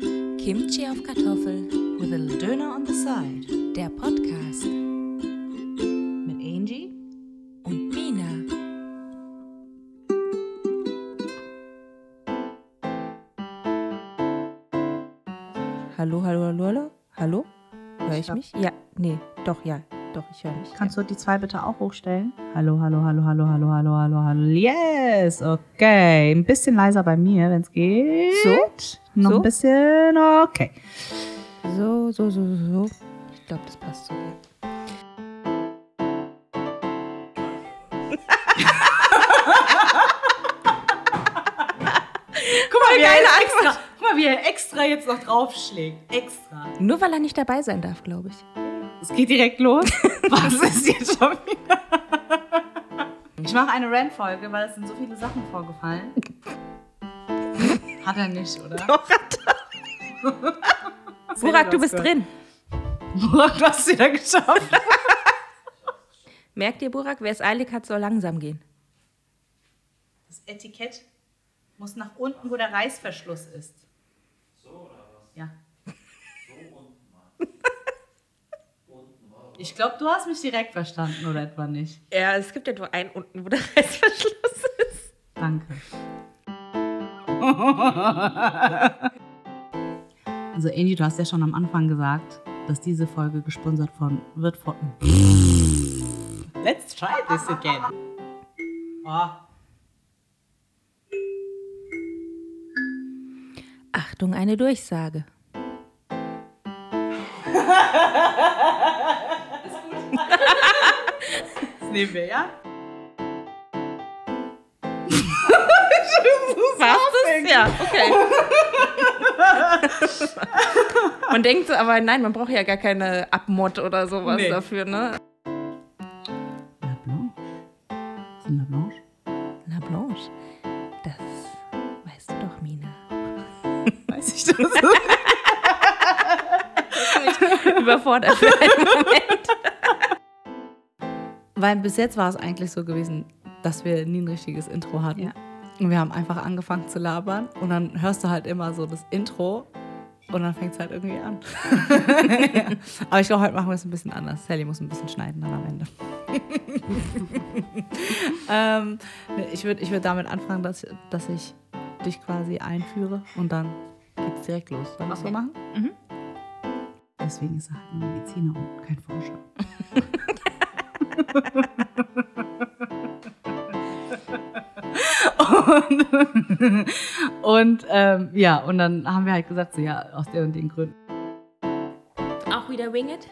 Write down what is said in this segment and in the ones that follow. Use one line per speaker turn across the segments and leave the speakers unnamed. Kimchi auf Kartoffel,
With a little Döner on the side.
der Podcast
Mit Angie?
und Mina.
Hallo, hallo, hallo, hallo? Hallo? Höre ich
hab-
mich? Ja, nee, doch, ja, doch, ich höre mich.
Kannst du die zwei bitte auch hochstellen? Hallo, hallo, hallo, hallo, hallo, hallo, hallo, hallo. Yes, okay. Ein bisschen leiser bei mir, wenn es geht.
So?
Noch
So?
ein bisschen, okay.
ja. So, so, so, so, so. Ich glaube, das passt so. Ja.
Guck mal, wie er extra, guck mal, wie er extra jetzt noch draufschlägt. Extra.
Nur weil er nicht dabei sein darf, glaube ich.
Es geht direkt los. Was ist jetzt schon wieder? Ich mache eine Rant-Folge, weil es sind so viele Sachen vorgefallen. Hat er nicht, oder? Doch, hat er.
Burak, du bist drin.
Burak, du hast wieder geschafft.
Merkt ihr, Burak, wer es eilig hat, soll langsam gehen.
Das Etikett muss nach unten, wo der Reißverschluss ist. So oder was? Ja. So unten Ich glaube, du hast mich direkt verstanden, oder etwa nicht?
Ja, es gibt ja nur einen unten, wo der Reißverschluss ist.
Danke. Also Angie, du hast ja schon am Anfang gesagt, dass diese Folge gesponsert von wird von. Let's try this again. Oh,
Achtung, eine Durchsage.
Das nehmen wir, ja?
Was ist? Ja, okay. man denkt so, aber nein, man braucht ja gar keine Abmod oder sowas
Nee.
dafür, ne?
La Blanche. Ist denn La Blanche?
La Blanche, das weißt du doch, Mina.
Weiß ich das?
Überfordert. für einen Moment.
Weil bis jetzt war es eigentlich so gewesen, dass wir nie ein richtiges Intro hatten.
Ja.
Und wir haben einfach angefangen zu labern und dann hörst du halt immer so das Intro und dann fängt es halt irgendwie an. Aber ich glaube, heute machen wir es ein bisschen anders. Sally muss ein bisschen schneiden dann am Ende. ähm, ich würde ich würd damit anfangen, dass, dass ich dich quasi einführe und dann geht's direkt los. Wollen wir es so machen? Deswegen ist er halt nur Mediziner und kein Forscher. und und ähm, ja, und dann haben wir halt gesagt, so ja, aus den und den Gründen.
Auch wieder Wing It?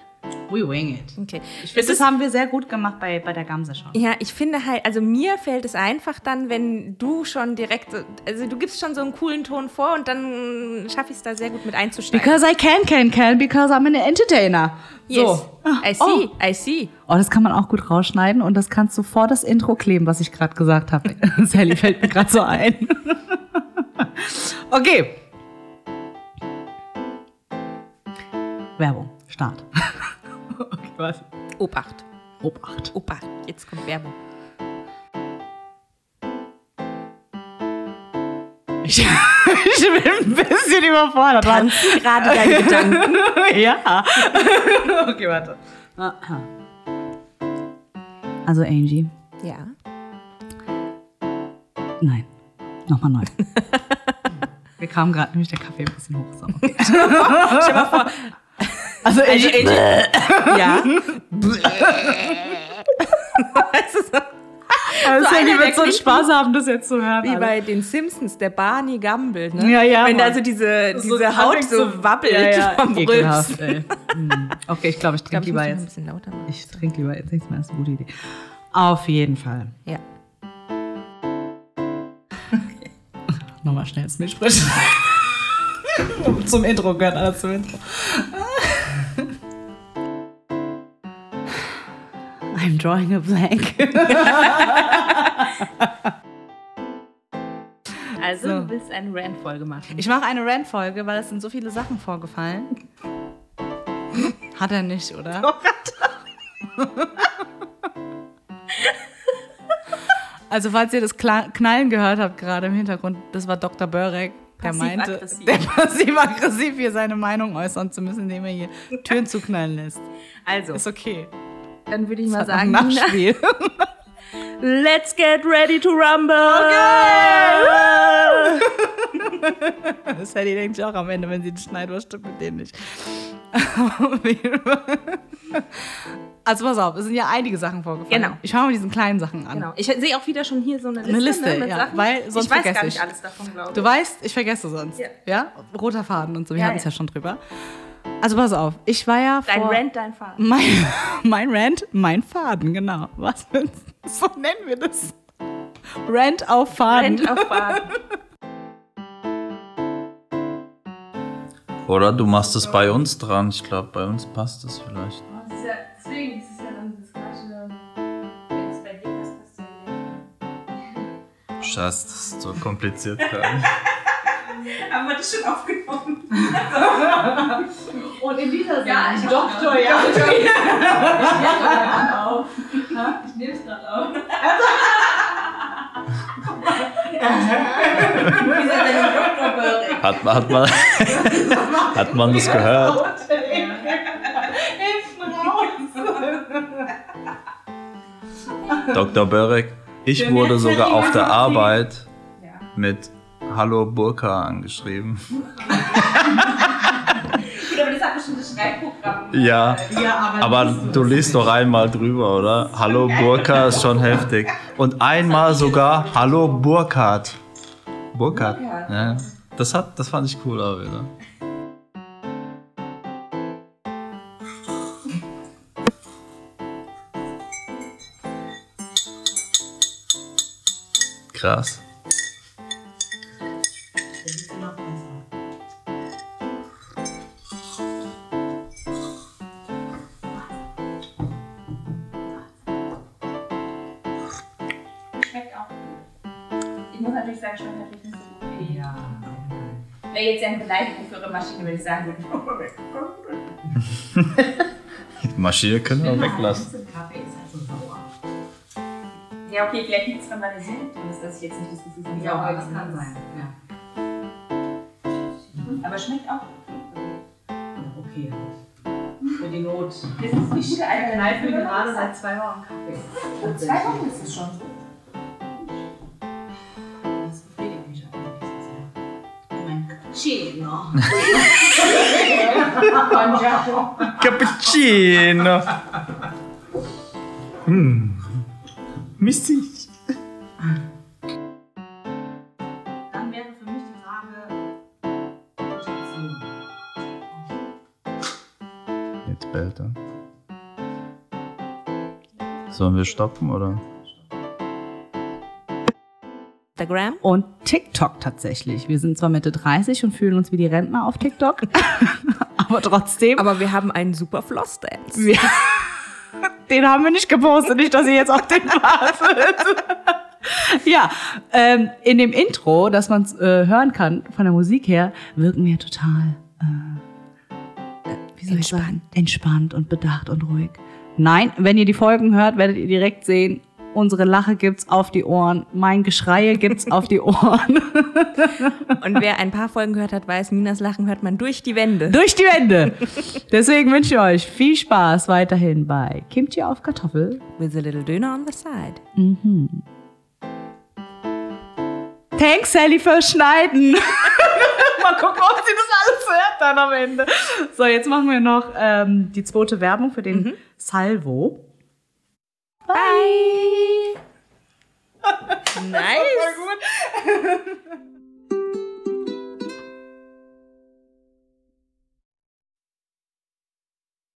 We wing it.
Okay.
Ich finde,
Es
das
ist-
haben wir sehr gut gemacht bei, bei der Gamse schon.
Ja, ich finde halt, also mir fällt es einfach dann, wenn du schon direkt, also du gibst schon so einen coolen Ton vor und dann schaffe ich es da sehr gut mit einzusteigen.
I can, can, can, because I'm an entertainer.
yes.
So. Ah,
I see, I see.
Oh, das kann man auch gut rausschneiden und das kannst du vor das Intro kleben, was ich gerade gesagt habe. Sally fällt mir gerade so ein. okay. Werbung. Start. okay, was?
Obacht,
Obacht.
Obacht. Jetzt kommt Werbung.
Ich, ich bin ein bisschen überfordert. Warte.
Tanzen gerade deine Gedanken.
ja. okay, warte. Aha. Also Angie.
Ja.
Nein. Nochmal neu. Wir kamen gerade nämlich der Kaffee ein bisschen hoch. So. Okay. Also,
Also,
Angie,
ja. Weißt du, so
Also
So
Sandy
einer, der
wird so einen
klingt
Spaß haben, das jetzt zu hören.
Wie
Alter.
bei den Simpsons, der Barney Gumble, ne?
Ja, ja,
Wenn da
Mann.
also diese,
So
diese Haut
anfängt
so
zu-
wabbelt
ja, ja.
vom Rülpsen.
Ekelhaft, ey. Mm. Okay, ich glaube, ich
Ich glaube, ich muss
trinke lieber
noch ein
jetzt.
bisschen lauter machen.
Ich trinke lieber jetzt nichts mehr, ist eine gute Idee. Auf jeden Fall.
Ja.
Nochmal schnell ins Mitsprechen. zum Intro gehört alles zum Intro. I'm drawing a blank.
Also, du willst eine Rant-Folge machen.
Ich mache eine Rant-Folge, weil es sind so viele Sachen vorgefallen. Hat er nicht, oder? Doch, hat er. Also, falls ihr das Kla- Knallen gehört habt gerade im Hintergrund, das war Dr. Börek, der meinte,
Passiv-aggressiv.
der passiv-aggressiv hier seine Meinung äußern zu müssen, indem er hier Türen zuknallen lässt.
Also,
Ist okay.
dann würde ich
Das
mal
hat noch ein
sagen,
Nachspiel.
let's get ready to rumble.
Das Handy denkt sich auch am Ende, wenn sie den Schneidwurst stimmt mit denen nicht. Auf jeden Fall. also pass auf, es sind ja einige Sachen vorgefallen.
Genau.
Ich schaue mir diesen kleinen Sachen an.
Genau. Ich sehe auch wieder schon hier so eine Liste,
Liste,
ne, mit
ja,
Sachen.
weil sonst
ich weiß
vergesse
gar nicht
ich.
alles davon, glaube ich.
Du weißt, ich vergesse sonst. Ja.
Ja.
Roter Faden und so, wir
Ja,
hatten es ja.
ja.
schon drüber. Also pass auf, ich war ja
dein
vor...
Rant, dein Faden.
Mein, mein Rant, mein Faden, genau. Was für ein- so nennen wir das? Rant auf Faden.
Rant auf Faden.
Oder du machst es bei uns dran. Ich glaube, bei uns passt es vielleicht.
Deswegen ist es ja dann das gleiche. Wenn es bei dir passt, passt es bei mir.
Scheiße, das ist so kompliziert.
Haben wir das schon aufgenommen?
Und in dieser
Ja, ich hab-
Doktor, ja.
Ich nehme es gerade auf.
hat, hat, man, hat man das gehört? Dr. Börek, ich wurde sogar auf der Arbeit mit Hallo Burka angeschrieben.
Gut, aber das hat bestimmt das Schreibprogramm.
Ja, aber du liest doch einmal drüber, oder? Hallo Burka ist schon heftig. Und einmal sogar Hallo Burkhardt. Burkhardt, ja. Das, hat, das fand ich cool ne? auch wieder. Krass.
Schmeckt auch gut. Ich muss natürlich sagen, schmeckt natürlich nicht so gut wie. Ja. Wäre jetzt ja eine Beleidigung für eure Maschine, wenn ich sagen würde,
Die Maschine können wir weglassen.
Kaffee ist halt so sauer. Ja, okay, vielleicht liegt es, wenn man eine Sucht drin ist, dass ich jetzt nicht das Gefühl von sauer habe.
Ja.
Aber schmeckt auch gut.
Okay. Für die Not.
Das ist nicht gute alte Kneipe gerade seit
zwei Wochen Kaffee.
zwei Wochen ist es schon so.
Das befriedigt mich eigentlich nächstes Jahr. Mein Cappuccino.
Cappuccino. Hm. Mistig.
Dann wäre für mich die Frage. Rotation.
Jetzt bellt er. Sollen wir stoppen oder?
Instagram.
Und TikTok tatsächlich. Wir sind zwar Mitte 30 und fühlen uns wie die Rentner auf TikTok, aber trotzdem.
Aber wir haben einen super Floss-Dance.
Wir- den haben wir nicht gepostet, nicht, dass ihr jetzt auf den wartet. ja, ähm, in dem Intro, dass man es äh, hören kann, von der Musik her, wirken wir total äh, wie soll ich sagen? entspannt und bedacht und ruhig. Nein, wenn ihr die Folgen hört, werdet ihr direkt sehen, unsere Lache gibt's auf die Ohren, mein Geschreie gibt's auf die Ohren.
Und wer ein paar Folgen gehört hat, weiß, Ninas Lachen hört man durch die Wände.
Durch die Wände. Deswegen wünsche ich euch viel Spaß weiterhin bei Kimchi auf Kartoffel.
With a little Döner on the side.
Thanks, Sally, fürs Schneiden. Mal gucken, ob sie das alles hört dann am Ende. So, jetzt machen wir noch ähm, die zweite Werbung für den Salvo.
Nice.
Gut.